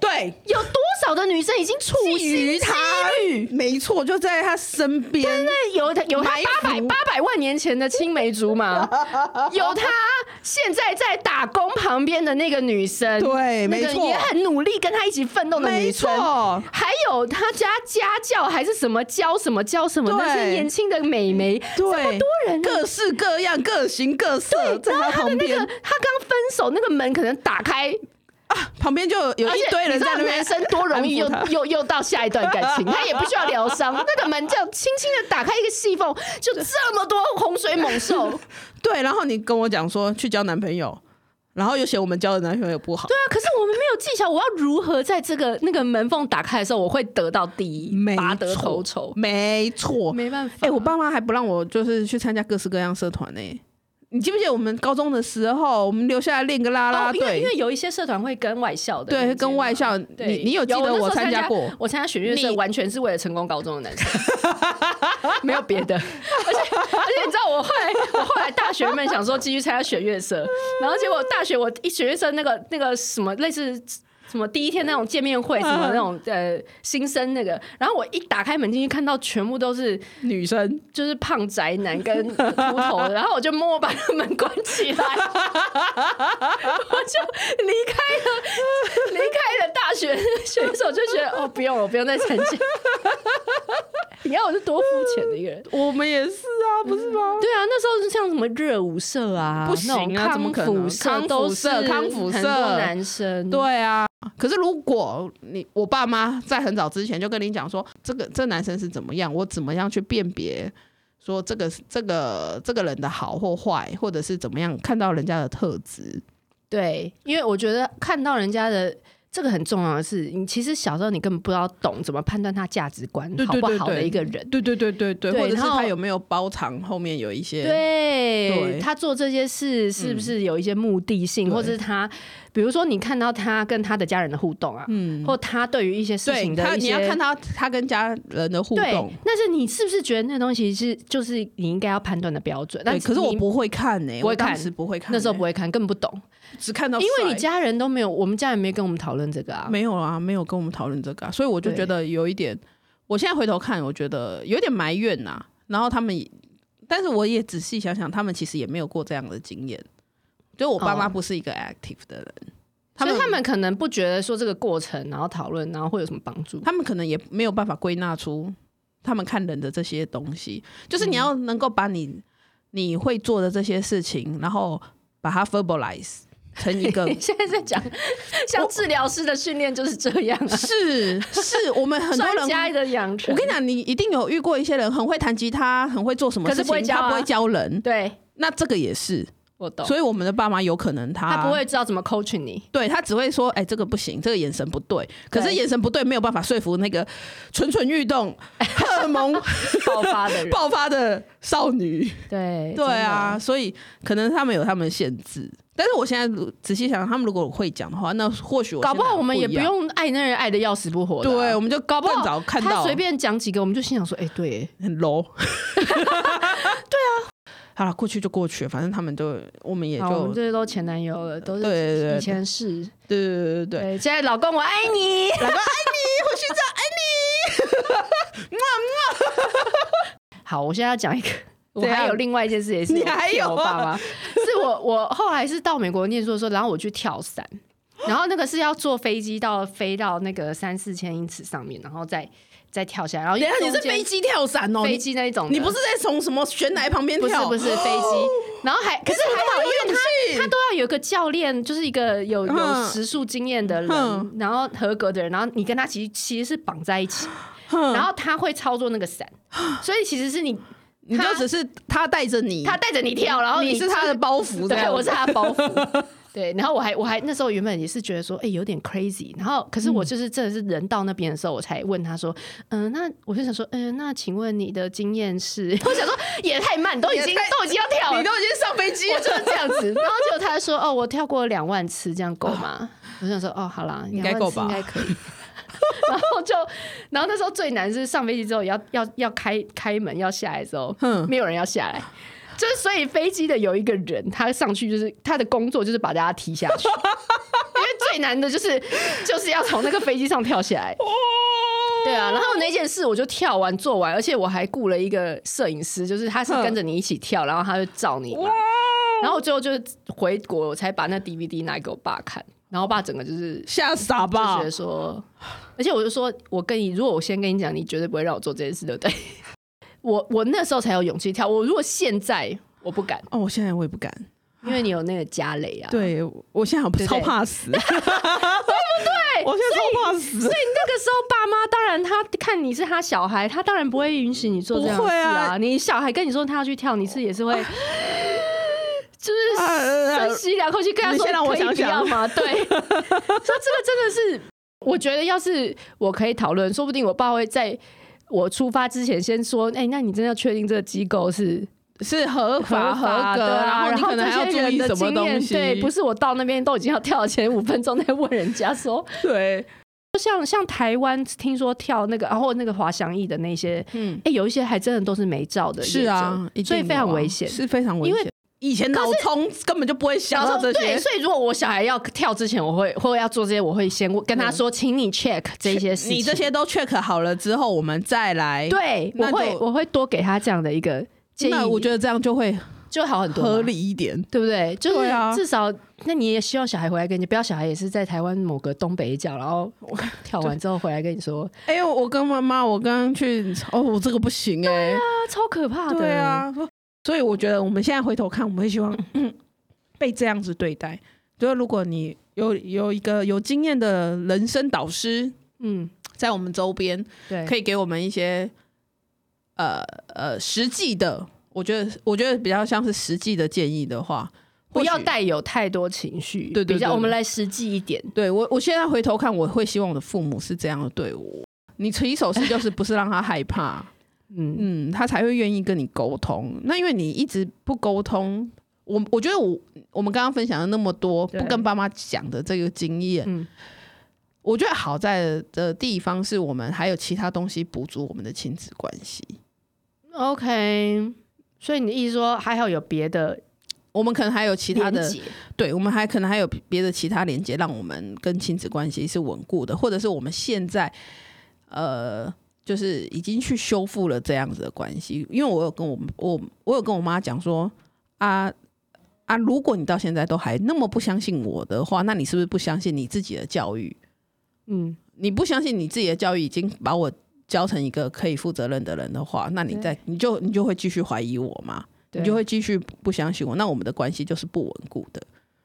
S2: 对，
S1: 有多少的女生已经处于
S2: 于他，没错，就在他身边。
S1: 有他有他
S2: 埋
S1: 八百
S2: 伏
S1: 八百万年前的青梅竹马，有他现在在打工旁边的那个女生，
S2: 对
S1: 那
S2: 没
S1: 个
S2: 错
S1: 也很努力跟他一起奋斗的女
S2: 没
S1: 生。
S2: 错，
S1: 还有他家家教还是什么教什么教什么，
S2: 对
S1: 那些年轻的美眉，这么
S2: 对，
S1: 多人啊、
S2: 各式各样、各形各色，在
S1: 然后
S2: 他
S1: 他的
S2: 旁
S1: 那个
S2: 边。
S1: 他刚分手那个门可能打开，
S2: 啊旁边就有
S1: 而
S2: 一
S1: 且
S2: 堆
S1: 你
S2: 人
S1: 知
S2: 在
S1: 道
S2: 那边
S1: 男生多容易又
S2: 安抚他
S1: 又又到下一段感情，他也不需要疗伤，那个门这样轻轻的打开一个细缝，就这么多洪水猛兽。对
S2: 对，然后你跟我讲说去交男朋友，然后又嫌我们交的男朋友不好，
S1: 啊，可是我们没有技巧，我要如何在这个那个门缝打开的时候，我会得到第一，
S2: 没
S1: 拔得
S2: 错
S1: 头筹？哦
S2: 没错。
S1: 没办法，
S2: 哎、我爸妈还不让我就是去参加各式各样社团呢、你记不记得我们高中的时候，我们留下来练个啦
S1: 哦
S2: 啦
S1: 因为因
S2: 队？
S1: 为有一些社团会跟外校的，
S2: 对，跟外校，
S1: 对。
S2: 你你有记得
S1: 那时候
S2: 我参
S1: 参
S2: 加过？
S1: 我参加选乐社，
S2: 你
S1: 完全是为了成功高中的男生，没有别的。而且而且你知道，我后来我后来大学们想说继续参加选乐社，然后结果大学我一选乐社那个那个什么类似。什么第一天那种见面会，什么那种呃新生那个，然后我一打开门进去，看到全部都是
S2: 女生，
S1: 就是胖宅男跟秃头的，然后我就默默把他们关起来， 我就离开了，离开了大学选手，就觉得哦，不用了，我不用再参加。你看我是多肤浅的一个人。
S2: 我们也是啊，不是吗？
S1: 对啊，那时候是像什么热舞社啊，
S2: 不行啊
S1: 那种
S2: 怎么可能
S1: 康复社
S2: 康复
S1: 都是
S2: 社康复社
S1: 很多男生，
S2: 对啊，可是如果你我爸妈在很早之前就跟你讲说，这个这男生是怎么样，我怎么样去辨别，说这个这个这个人的好或坏，或者是怎么样看到人家的特质，
S1: 对，因为我觉得看到人家的这个很重要的是，你其实小时候你根本不知道懂怎么判断他价值观
S2: 对
S1: 好
S2: 对
S1: 不
S2: 对
S1: 好的
S2: 对
S1: 一个人。
S2: 对对对对对
S1: 对
S2: 或者是
S1: 然后
S2: 他有没有包藏后面有一些，
S1: 对
S2: 对嗯
S1: 他做这些事是不是有一些目的性，
S2: 对
S1: 或者是他，比如说你看到他跟他的家人的互动啊，
S2: 嗯，
S1: 或他对于一些事
S2: 对
S1: 情
S2: 他
S1: 的一
S2: 你
S1: 些，
S2: 要看他他跟家人的互
S1: 对
S2: 动，，
S1: 但是你是不是觉得那东西是就是你应该要判断的标准？但
S2: 对，可是我不会看呢、
S1: 不会
S2: 我当
S1: 看
S2: 时不会看欸、
S1: 那时候不会看，根本不懂，
S2: 只看到
S1: 因
S2: 帅，
S1: 为你家人都没有，我们家人没跟我们讨论这个啊。
S2: 没有啊，没有跟我们讨论这个、啊，所以我就
S1: 对
S2: 觉得有一点，我现在回头看，我觉得有点埋怨呐、然后他们也，但是我也仔细想想，他们其实也没有过这样的经验。就我爸妈
S1: 哦
S2: 不是一个 active 的人，他
S1: 所以
S2: 们
S1: 他们可能 不觉得说这个过程，然后讨论，然后会有什么帮助。
S2: 他们可能也没有办法归纳出他们看人的这些东西，就是你要能够把你你会做的这些事情，然后把它 verbalize 成一 个
S1: 你 现在在讲，像治疗师的训练就是这样啊，
S2: 是是我们很多
S1: 专
S2: 人
S1: 家的养成。
S2: 我跟你讲，你一定有遇过一些人很会弹吉他，很会做什么
S1: 可
S2: 事
S1: 是
S2: 情，
S1: 不会教啊
S2: 他不会教人。
S1: 对
S2: 那这个也是，
S1: 我懂，
S2: 所以我们的爸妈有可能他
S1: 他不，会知道怎么 coach 你。
S2: 对他只会说，哎、这个不行，这个眼神不对。可是
S1: 对
S2: 眼神不对，没有办法说服那个蠢蠢欲 动、荷尔蒙
S1: 爆发的人，
S2: 爆发的少女。
S1: 对
S2: 对啊，，所以可能他们有他们的限制。但是我现在如仔细想，他们如果会讲的话，那或许
S1: 真的搞
S2: 我
S1: 不好
S2: 现在
S1: 我们也
S2: 不
S1: 不
S2: 一样。
S1: 用爱那人爱的要死不活的啊。
S2: 对，我们就
S1: 搞不
S2: 更
S1: 好
S2: 早看
S1: 他
S2: 到
S1: 随便讲几个，我们就心想说，哎，对耶，
S2: 很 low。对啊，好了，过去就过去了，反正他们都，我们也
S1: 好，我
S2: 就
S1: 们这些都前男友了，都
S2: 对
S1: 是
S2: 对对
S1: 以前是。
S2: 对对对对对，
S1: 对，现在老公我爱你。
S2: 老公爱你，我寻找爱
S1: 好，我现在要讲一个，我
S2: 怎样
S1: 还有另外一件事也是
S2: 你
S1: 我
S2: 还
S1: 骗
S2: 有
S1: 我
S2: 啊
S1: 爸妈，是我我后来是到美国念书的时候，然后我去跳伞，然后那个是要坐飞机到飞到那个三四千英尺上面，然后再再跳下来，然后
S2: 你。等一下你是
S1: 中间
S2: 飞机跳伞哦，
S1: 飞
S2: 你
S1: 机那一种的，
S2: 你不是在从什么悬崖旁边
S1: 不是
S2: 跳？
S1: 不是飞 机，然后还可是还好，因为他
S2: 为
S1: 他都要有一个教练，就是一个有有
S2: 嗯
S1: 实数经验的人，
S2: 嗯
S1: 然后合格的人，然后你跟他其实其实是绑在一起，
S2: 他
S1: 然
S2: 后
S1: 后他会操作那个 伞，所以其实是你
S2: 你就只是他带着你，
S1: 他带着你跳，然后
S2: 你是
S1: 就
S2: 他的包袱，这
S1: 对，
S2: 样
S1: 我是他的包 袱。对，然后我还我还那时候原本也是觉得说，哎、有点 crazy。然后，可是我就是真的是人到那边的时候，我才问他说，嗯、那我就想说，嗯、那请问你的经验是？我想说也太慢，都已经
S2: 也太
S1: 都已经要跳了
S2: 你，都已经上 飞机
S1: 我
S2: 了，
S1: 就是这样子。然后结果他说，哦，我跳过两万次，这样够吗？我想说，哦，好啦，
S2: 应该
S1: 两
S2: 够
S1: 万次
S2: 吧
S1: 应该可以。然后就，然后那时候最难是上飞机之后要要要开开门要下来之后，
S2: 嗯
S1: 没有人要下来。就是所以飞机的有一个人，他上去就是他的工作就是把大家踢下 去，因为最难的就是就是要从那个飞机上跳下来。对啊，然后那件事我就跳完做完，而且我还雇了一个摄影师，就是他是跟着你一起跳，然后他就照你嘛。 然后最后就是回国，我才把那 DVD 拿给我爸看，然后我爸整个就是
S2: 吓傻
S1: 就
S2: 吧
S1: 觉得？说，而且我就说，我跟你，如果我先跟你讲，你绝对不会让我做这件事，对不 对？我我那时候才有勇气跳，我如果现在我不敢，
S2: 哦，我现在我也不敢，
S1: 因为你有那个家累啊。，
S2: 对我现在好
S1: 对不
S2: 超
S1: 对
S2: 怕死， 对不对？我现在超怕死
S1: 所，以那个时候爸妈当然他看你是他小孩，他当然不会允许你做这样的
S2: 不
S1: 事
S2: 会啊
S1: 啊。你小孩跟你说他要去跳，你是也 是会，就是
S2: 啊
S1: 深吸两口气，跟他
S2: 你
S1: 说
S2: 先让我
S1: 可以
S2: 想
S1: 不要
S2: 想
S1: 吗？对， 说这个真的是，我觉得要是我可以讨论，说不定我爸会在我出发之前先说，哎、那你真的要确定这个机构是
S2: 是合法
S1: 合
S2: 合格，
S1: 的
S2: 然
S1: 啊，
S2: 后你可能还要
S1: 这些
S2: 注
S1: 人
S2: 意
S1: 的
S2: 什么
S1: 经
S2: 东
S1: 验
S2: 西，
S1: 对， 不是我到那边都已经要跳前五分钟在问人家说，
S2: 对，
S1: 就像像台湾听说跳那个，然后那个滑翔翼的那些，
S2: 嗯，
S1: 哎、有一些还真的都是没照的，
S2: 是啊，一定
S1: 所以非常
S2: 有啊
S1: 危险
S2: 是非常危
S1: 因
S2: 险，
S1: 为
S2: 以前
S1: 可
S2: 脑
S1: 是
S2: 充根本就不会想
S1: 然
S2: 到
S1: 后
S2: 这
S1: 对，
S2: 些，
S1: 所以如果我小孩要跳之前，我会或者要做这些，我会先跟他说，请你 check 这些事情。
S2: 嗯你这些都 check 好了之后，我们再来。，
S1: 对，我
S2: 那就
S1: 会我会多给他这样的一个建议，
S2: 那我觉得这样就会
S1: 就好很多嘛
S2: 合，理一点。
S1: 对不对？就是
S2: 对啊
S1: 至少，那你也希望小孩回来跟你，不要小孩也是在台湾某个东北一角，然后跳完之后回来跟你 说，
S2: 哎呦，我跟妈妈，我刚刚去，哦，我这个不行哎、
S1: 啊，超可怕的，
S2: 对，啊，所以我觉得我们现在回头看，我们会希 望被这样子对待。就是如果你有有一个有经验的人生导师
S1: 嗯，
S2: 在我们周边，
S1: 对，
S2: 可
S1: 以，
S2: 以给我们一些呃呃实际的，我觉得我觉得比较像是实际的建议的话，
S1: 不要
S2: 或许。
S1: 带有太多情绪，
S2: 对对
S1: 比较
S2: 对
S1: 我们
S2: 对
S1: 来实际一点，
S2: 对我，我现在回头看，我会希望我的父母是这样的对我。你起手势就是不是让他害怕，
S1: 嗯，
S2: 嗯，他才会愿意跟你沟通。那因为你一直不沟通，我我觉得我我们刚刚分享了那么多
S1: 对
S2: 不跟爸妈讲的这个经验，
S1: 嗯
S2: 我觉得好在的地方是我们还有其他东西补足我们的亲子关系。
S1: ，OK。所以你的意思说，还好有别的
S2: 我们可能还有其他
S1: 连
S2: 的，
S1: 结
S2: 对我们还可能还有别的其他连接，让我们跟亲子关系是稳固的，或者是我们现在呃，就是已经去修复了这样子的关系。因为我有跟我我我有跟我妈讲说啊啊，如果你到现在都还那么不相信我的话，那你是不是不相信你自己的教育？
S1: 嗯，
S2: 你不相信你自己的教育已经把我教成一个可以负责任的人的话，那你再你就你就会继续怀疑我嘛，
S1: 对
S2: 你就会继续不相信我，那我们的关系就是不稳固的。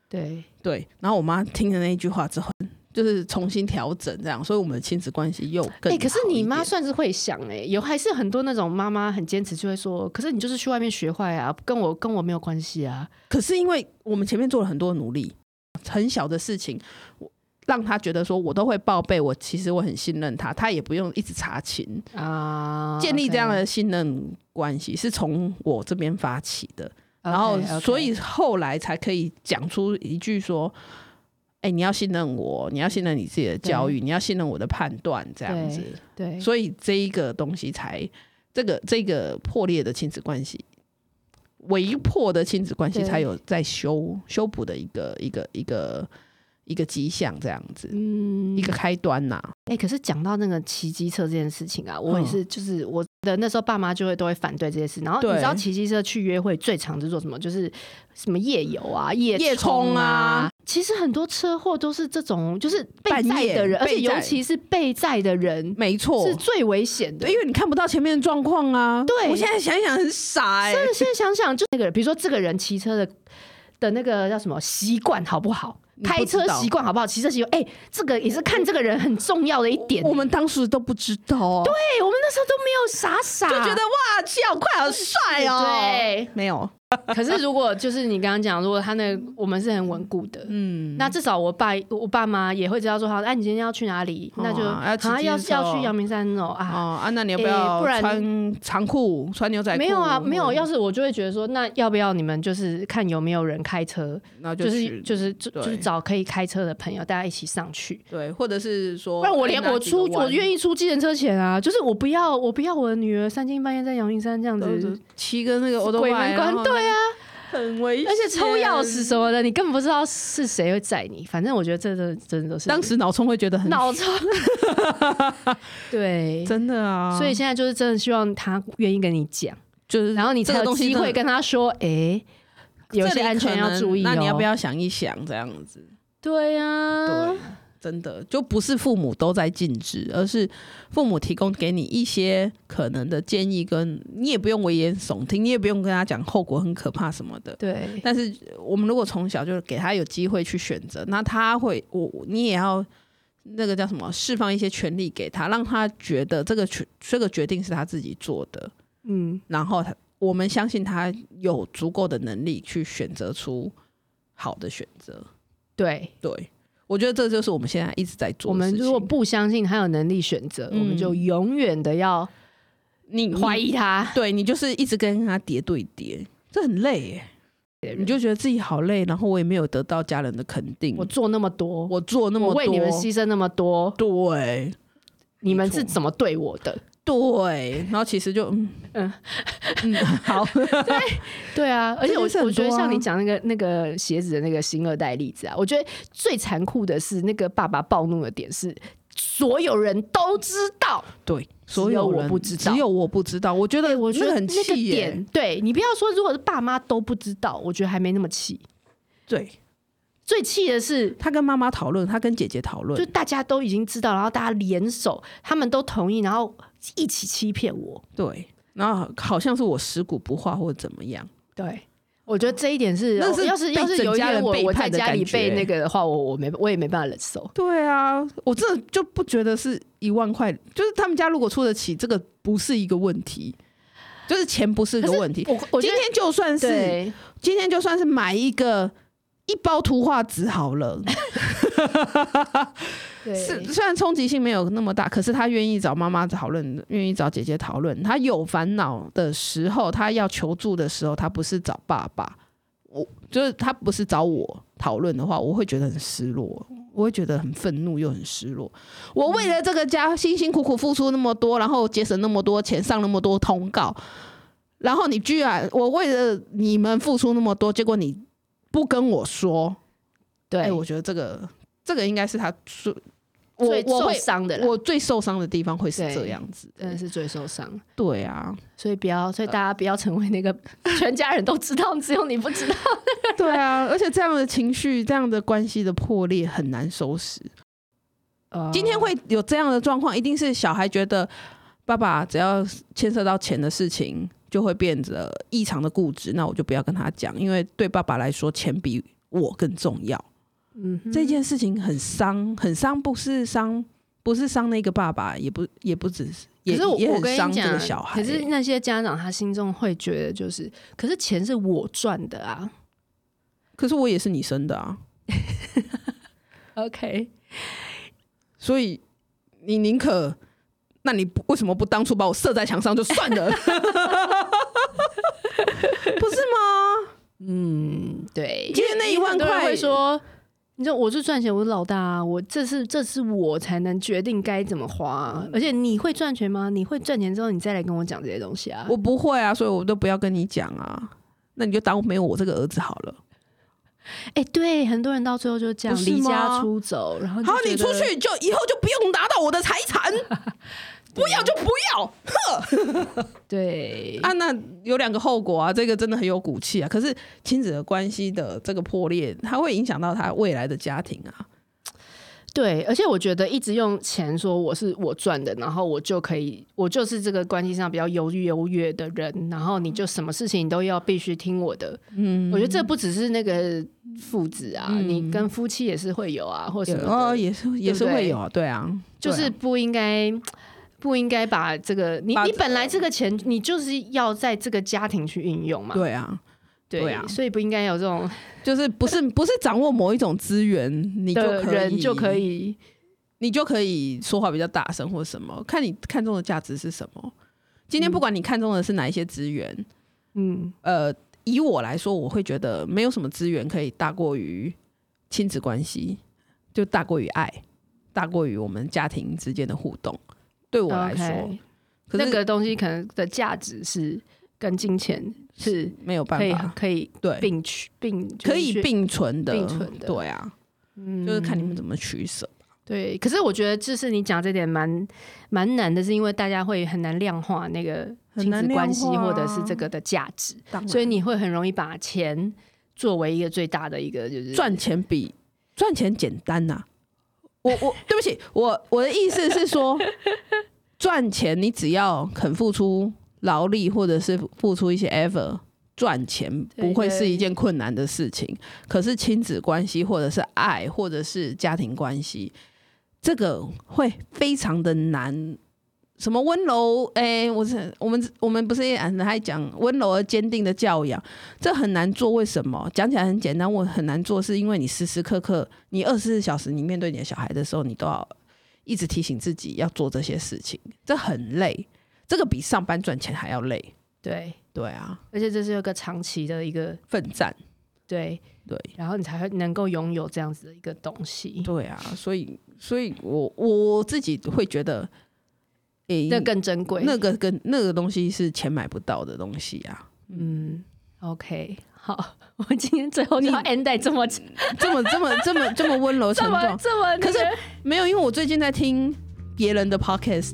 S1: 对
S2: 对，然后我妈听了那一句话之后，就是重新调整这样，所以我们的亲子关系又
S1: 哎、
S2: 更好一点、
S1: 可是你妈算是会想哎、有还是很多那种妈妈很坚持，就会说，可是你就是去外面学坏啊，跟我跟我没有关系啊。
S2: 可是因为我们前面做了很多努力，很小的事情，我让他觉得说我都会报备，我其实我很信任他，他也不用一直查勤，
S1: 啊，
S2: 建立这样的信任关系是从我这边发起的，
S1: OK，
S2: 然后
S1: OK，OK
S2: 所以后来才可以讲出一句说。哎、你要信任我，你要信任你自己的教育，你要信任我的判断，这样子。
S1: 对，
S2: 所以这一个东西才这个这个破裂的亲子关系，微破的亲子关系
S1: 对
S2: 才有在修修补的一个一个一个一个迹象，这样子、
S1: 嗯
S2: 一个开端呐、
S1: 哎、可是讲到那个骑机车这件事情啊，我也
S2: 嗯
S1: 是，就是我的那时候爸妈就会都会反对这些事。然后你
S2: 对
S1: 知道骑机车去约会最常是做什么？就是什么夜游啊、夜
S2: 夜
S1: 冲
S2: 冲啊。
S1: 其实很多车祸都是这种，就是被
S2: 半
S1: 载
S2: 夜
S1: 的人，而且
S2: 被载
S1: 尤其是被载的人
S2: 没错
S1: 是，最危险的
S2: 对，。因为你看不到前面的状况啊。
S1: 对
S2: 我现在想一想很傻哎、
S1: 真的，现在想想，就那个人，比如说这个人骑车的的那个叫什么习惯好不好？
S2: 你不
S1: 开车
S2: 知道
S1: 习惯好不好？骑车习惯，哎、这个也是看这个人很重要的一点。
S2: 我们当时都不知道、哦，
S1: 哎、我们那时候都没有傻傻，
S2: 就觉得哇，气好快，好帅哦。，
S1: 对。
S2: 没有，
S1: 哎 可是如果就是你刚刚讲，如果他那个我们是很稳固的，
S2: 嗯，
S1: 那至少我爸我爸妈也会知道说，好，哎、你今天要去哪里？
S2: 哦
S1: 那就
S2: 要骑
S1: 啊要
S2: 机车哦
S1: 要去阳明山哦啊。
S2: 哦啊，那你要
S1: 诶
S2: 不要
S1: 不然
S2: 穿长裤、穿牛仔裤？
S1: 没有啊，没有。要
S2: 是
S1: 是我就会觉得说，那要不要你们就是看有没有人开车，
S2: 那就
S1: 就是
S2: 去
S1: 就是就
S2: 对
S1: 就是找可以开车的朋友，大家一起上去。
S2: 对，或者是说，
S1: 不然我连我出我
S2: 意
S1: 愿意出计程车钱啊，就是我不要我不要我的女儿三更半夜在阳明山这样子
S2: 骑个那个欧
S1: 鬼门关，对啊，
S2: 很危险，
S1: 而且抽钥匙。什么的，你根本不知道是谁会载你。反正我觉得这真的真的都是
S2: 当时脑充会觉得很
S1: 脑充， 对，
S2: 真的啊，
S1: 所以现在就是真的希望他愿意跟你讲，
S2: 就是
S1: 然后你
S2: 这
S1: 才有
S2: 个东西
S1: 机
S2: 真的
S1: 会跟他说，哎，有些安全要注意哦。
S2: 那你要不？要想一想这样子？
S1: 对啊
S2: 对，，真的就不是父母都在禁止，而是父母提供给你一些可能的建议，跟你也不用危言耸听，你也不用跟他讲后果很可怕什么的。
S1: 对，
S2: 但是我们如果从小就给他有机会去选择，那他会，我我你也要那个叫什么，释放一些权利给他，让他觉得这个决这个决定是他自己做的，
S1: 嗯，
S2: 然后他我们相信他有足够的能力去选择出好的选择。
S1: 对，
S2: 对，我觉得这就是我们现在一直在做
S1: 我
S2: 的事
S1: 们
S2: 情。
S1: 如果不相信他有能力选择，我
S2: 嗯
S1: 们就永远的要
S2: 你
S1: 怀，疑他
S2: 你。对你就是一直跟他叠对叠，这很累耶。你就觉得自己好累，然后我也没有得到家人的肯定，
S1: 我做那么多，
S2: 嗯我做那
S1: 我
S2: 么多，
S1: 为你们牺牲那么多，
S2: 对，
S1: 你们
S2: 错
S1: 是怎么对我的？
S2: 对，然后其实就嗯
S1: 嗯
S2: 嗯嗯，好，
S1: 对啊，而且我、
S2: 这件事很
S1: 我觉得
S2: 多啊
S1: 像你讲那个那个鞋子的那个新二代例子啊，我觉得最残酷的是那个爸爸暴怒的点是，所有人都知道，
S2: 对，
S1: 只
S2: 所
S1: 有
S2: 有
S1: 我
S2: 人
S1: 不知道
S2: 只有我不知道。我觉
S1: 对
S2: 得
S1: 哎我觉得
S2: 很
S1: 那个
S2: 气耶
S1: 点，，对你不要说，如果是爸妈都不知道，我觉得还没那么气。
S2: 对
S1: 最气的是，
S2: 他跟妈妈讨论，他跟姐姐讨
S1: 就
S2: 论，
S1: 大家都已经知道，然后大家联手，他们都同意，然后一起欺骗我。
S2: 对，然后好像是我尸骨不化或者怎么样，
S1: 对。我觉得这一点是，哦
S2: 那是
S1: 要是
S2: 被
S1: 要是有一
S2: 整家
S1: 天
S2: 人
S1: 我
S2: 背
S1: 我在
S2: 叛的
S1: 家里
S2: 感觉
S1: 被那个的话，我我没我也没办法忍受。
S2: 对啊，我真的就不觉得是一万块，就是他们家如果出得起，这个不是一个问题，就是钱不是一个问题。
S1: 我我觉
S2: 今
S1: 得
S2: 天就算是
S1: 对
S2: 今天就算是买一个一包图画纸好了，
S1: 对
S2: 是虽然冲击性没有那么大，可是他愿意找妈妈讨论，愿意找姐姐讨论。他有烦恼的时候，他要求助的时候，他不是找爸爸，我就是他不是找我讨论的话，我会觉得很失落，我会觉得很愤怒又很失落。我为了这个家辛辛苦苦付出那么多，然后节省那么多钱，上那么多通告，然后你居然我为了你们付出那么多，结果你不跟我说，
S1: 对，
S2: 哎、我觉得这个这个应该是他最我
S1: 最
S2: 我
S1: 受
S2: 会
S1: 伤的啦，
S2: 我最受伤的地方会是
S1: 对
S2: 这样子
S1: 真
S2: 的
S1: 的。是最受伤，
S2: 对啊，
S1: 所以不要，所以大家不要成为那 个全家人都知道，只有你不知道。
S2: 对啊，而且这样的情绪、这样的关系的破裂很
S1: 嗯哦
S2: 难收拾。今天会有这样的状况，一定是小孩觉得爸爸只要牵涉到钱的事情，就会变得异常的固执，那我就不要跟他讲，因为对爸爸来说，钱比我更重要。
S1: 嗯哼，
S2: 这件事情很伤，很伤，不是伤，不是伤那个爸爸，也不也不只是，也
S1: 可是我
S2: 也
S1: 我
S2: 很
S1: 跟
S2: 伤
S1: 你
S2: 这
S1: 讲
S2: 个小，孩。欸
S1: 可是那些家长他心中会觉得就是，可是钱是我赚的啊。
S2: 可是我也是你生的啊，
S1: OK，
S2: 所以你宁可，那你不为什么不当初把我射在墙上就算了？ 不是吗？
S1: 嗯，对，
S2: 因为那一万
S1: 很多人
S2: 块
S1: 会说，你说我是赚钱，我是老大、啊，我这是这是我才能决定该怎么花啊、
S2: 嗯
S1: 而且你会赚钱吗？你会赚钱之后，你再来跟我讲这些东西啊。
S2: 我不会啊，所以我都不要跟你讲啊。那你就当没有我这个儿子好了。
S1: 哎、对，很多人到最后就这样
S2: 不是
S1: 离
S2: 吗
S1: 家出走，然后就
S2: 好，
S1: 觉
S2: 你
S1: 得
S2: 出去就以后就不用拿到我的财产， 不要就不要
S1: 对
S2: 啊。那有两个后果啊，这个真的很有骨气啊。可是亲子的关系的这个破裂，它会影响到他未来的家庭啊。
S1: 对，而且我觉得一直用钱说我是我赚的，然后我就可以，我就是这个关系上比较优优越的人，然后你就什么事情都要必须听我的。嗯，我觉得这不只是那个父子啊，你跟夫妻也是会有啊，或什么的
S2: 嗯哦，也是也是
S1: 对不对
S2: 会有啊，对啊，
S1: 就
S2: 对啊
S1: 是不应该。不应该把这个你
S2: 把
S1: 你本来这个钱你就是要在这个家庭去运用嘛，
S2: 对啊，
S1: 对
S2: 对啊
S1: 所以不应该有这种
S2: 就是不是不是掌握某一种资源，你就
S1: 的
S2: 可以
S1: 人就可，以
S2: 你就可以说话比较大声或什么，看你看重的价值是什么。今天不管你看重的是哪一些资源，
S1: 嗯
S2: 呃，以我来说，我会觉得没有什么资源可以大过于亲子关系，就大过于爱，大过于我们家庭之间的互动。对我来说
S1: OK
S2: 可是
S1: 那个东西可能的价值是跟金钱是
S2: 没有办
S1: 可以
S2: 法，
S1: 可以
S2: 对，
S1: 并取并就是
S2: 可以
S1: 去
S2: 并存的，
S1: 并存的
S2: 对啊，
S1: 嗯
S2: 就是看你们怎么取舍。
S1: 对。可是我觉得就是你讲这点蛮蛮难的，是因为大家会很难量化那个
S2: 很
S1: 亲
S2: 难
S1: 子关系
S2: 量化啊
S1: 或者是这个的价值，
S2: 当然
S1: 所以你会很容易把钱作为一个最大的一个就是
S2: 赚钱比赚钱简单呐、我我对不起，我我的意思是说，赚钱你只要肯付出劳力，或者是付出一些 effort，赚钱
S1: 对
S2: 不会是一件困难的事情。可是亲子关系，或者是爱，或者是家庭关系，这个会非常的难。什么温柔？哎、我是我们我们不是也还讲温柔而坚定的教养，这很难做。为什么？讲起来很简单，我很难做，是因为你时时刻刻，你二十四小时，你面对你的小孩的时候，你都要一直提醒自己要做这些事情，这很累。这个比上班赚钱还要累。
S1: 对，
S2: 对啊，
S1: 而且这是有个长期的一个
S2: 奋战。
S1: 对，
S2: 对
S1: 然后你才会能够拥有这样子的一个东西，
S2: 对啊，所以所以我我自己会觉得，诶、
S1: 那更珍贵。
S2: 那个跟那个东西是钱买不到的东西啊。
S1: 嗯，OK，好， 我们今天最后就要
S2: 你
S1: end 在这么这
S2: 这么这么这么 这么温柔沉
S1: 么
S2: 重，
S1: 这么，
S2: 可是没有，因为我最近在听别人的 podcast。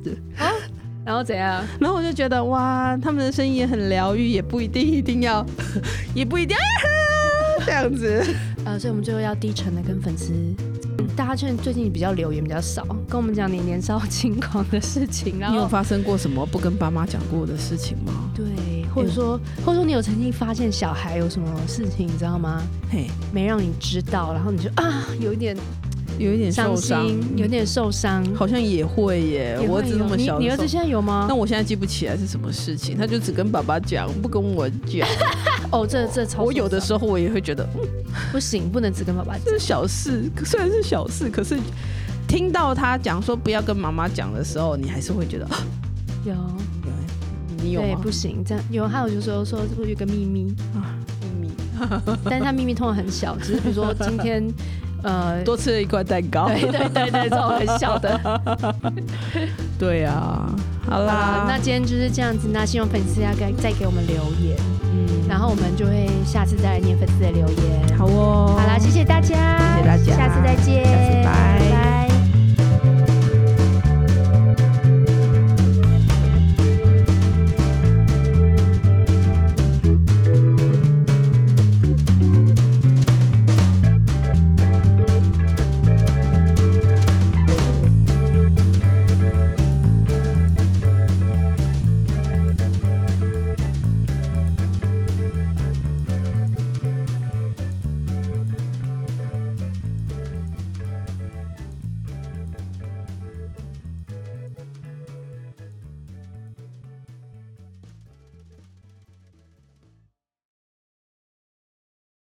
S1: 然后怎样？
S2: 然后我就觉得哇，他们的声音也很疗愈，也不一定一定要， 也不一定要 这样子。
S1: 呃，所以我们最后要低沉的跟粉丝，
S2: 嗯
S1: 大家劝最近比较留言比较少，跟我们讲你年少轻狂的事情，然
S2: 你有
S1: 后
S2: 发生过什么不跟爸妈讲过的事情吗？
S1: 对，或
S2: 嗯
S1: 者说或者说你有曾经发现小孩有什么事情，你知道吗？
S2: 嘿，
S1: 没让你知道，然后你就啊有一点
S2: 有一点
S1: 伤
S2: 受伤，
S1: 心，有点受伤。
S2: 好像也会耶。
S1: 也
S2: 我儿
S1: 会
S2: 子那
S1: 有
S2: 么小的
S1: 你你儿
S2: 时候
S1: 子现在有吗
S2: 那？我现在记不起来是什么事情，他就只跟爸爸讲，不跟我 讲。
S1: 哦，这这超
S2: 我有的
S1: 受
S2: 时候我也会觉得，嗯，
S1: 伤不行，不能只跟爸爸讲。
S2: 这是小事，虽然是小事，可是听到他讲说不要跟妈妈讲的时候，你还是会觉得， 啊
S1: 有
S2: 你有
S1: 对
S2: 吗
S1: 不？行，这样有还有就是说说是不是有个秘密？
S2: 秘密
S1: 但是他秘密通常很小，只是比如说今天，呃，
S2: 多吃了一块蛋糕。
S1: 哎对对对对，这种很小的。
S2: 对 啊，好啦
S1: 好，那今天就是这样子，那希望粉丝要给再给我们留言，
S2: 嗯，
S1: 然后我们就会下次再来念粉丝的留言。
S2: 好哦，
S1: 好啦，谢谢大家，
S2: 谢谢大家
S1: 下次再见，
S2: 下次拜
S1: 拜拜。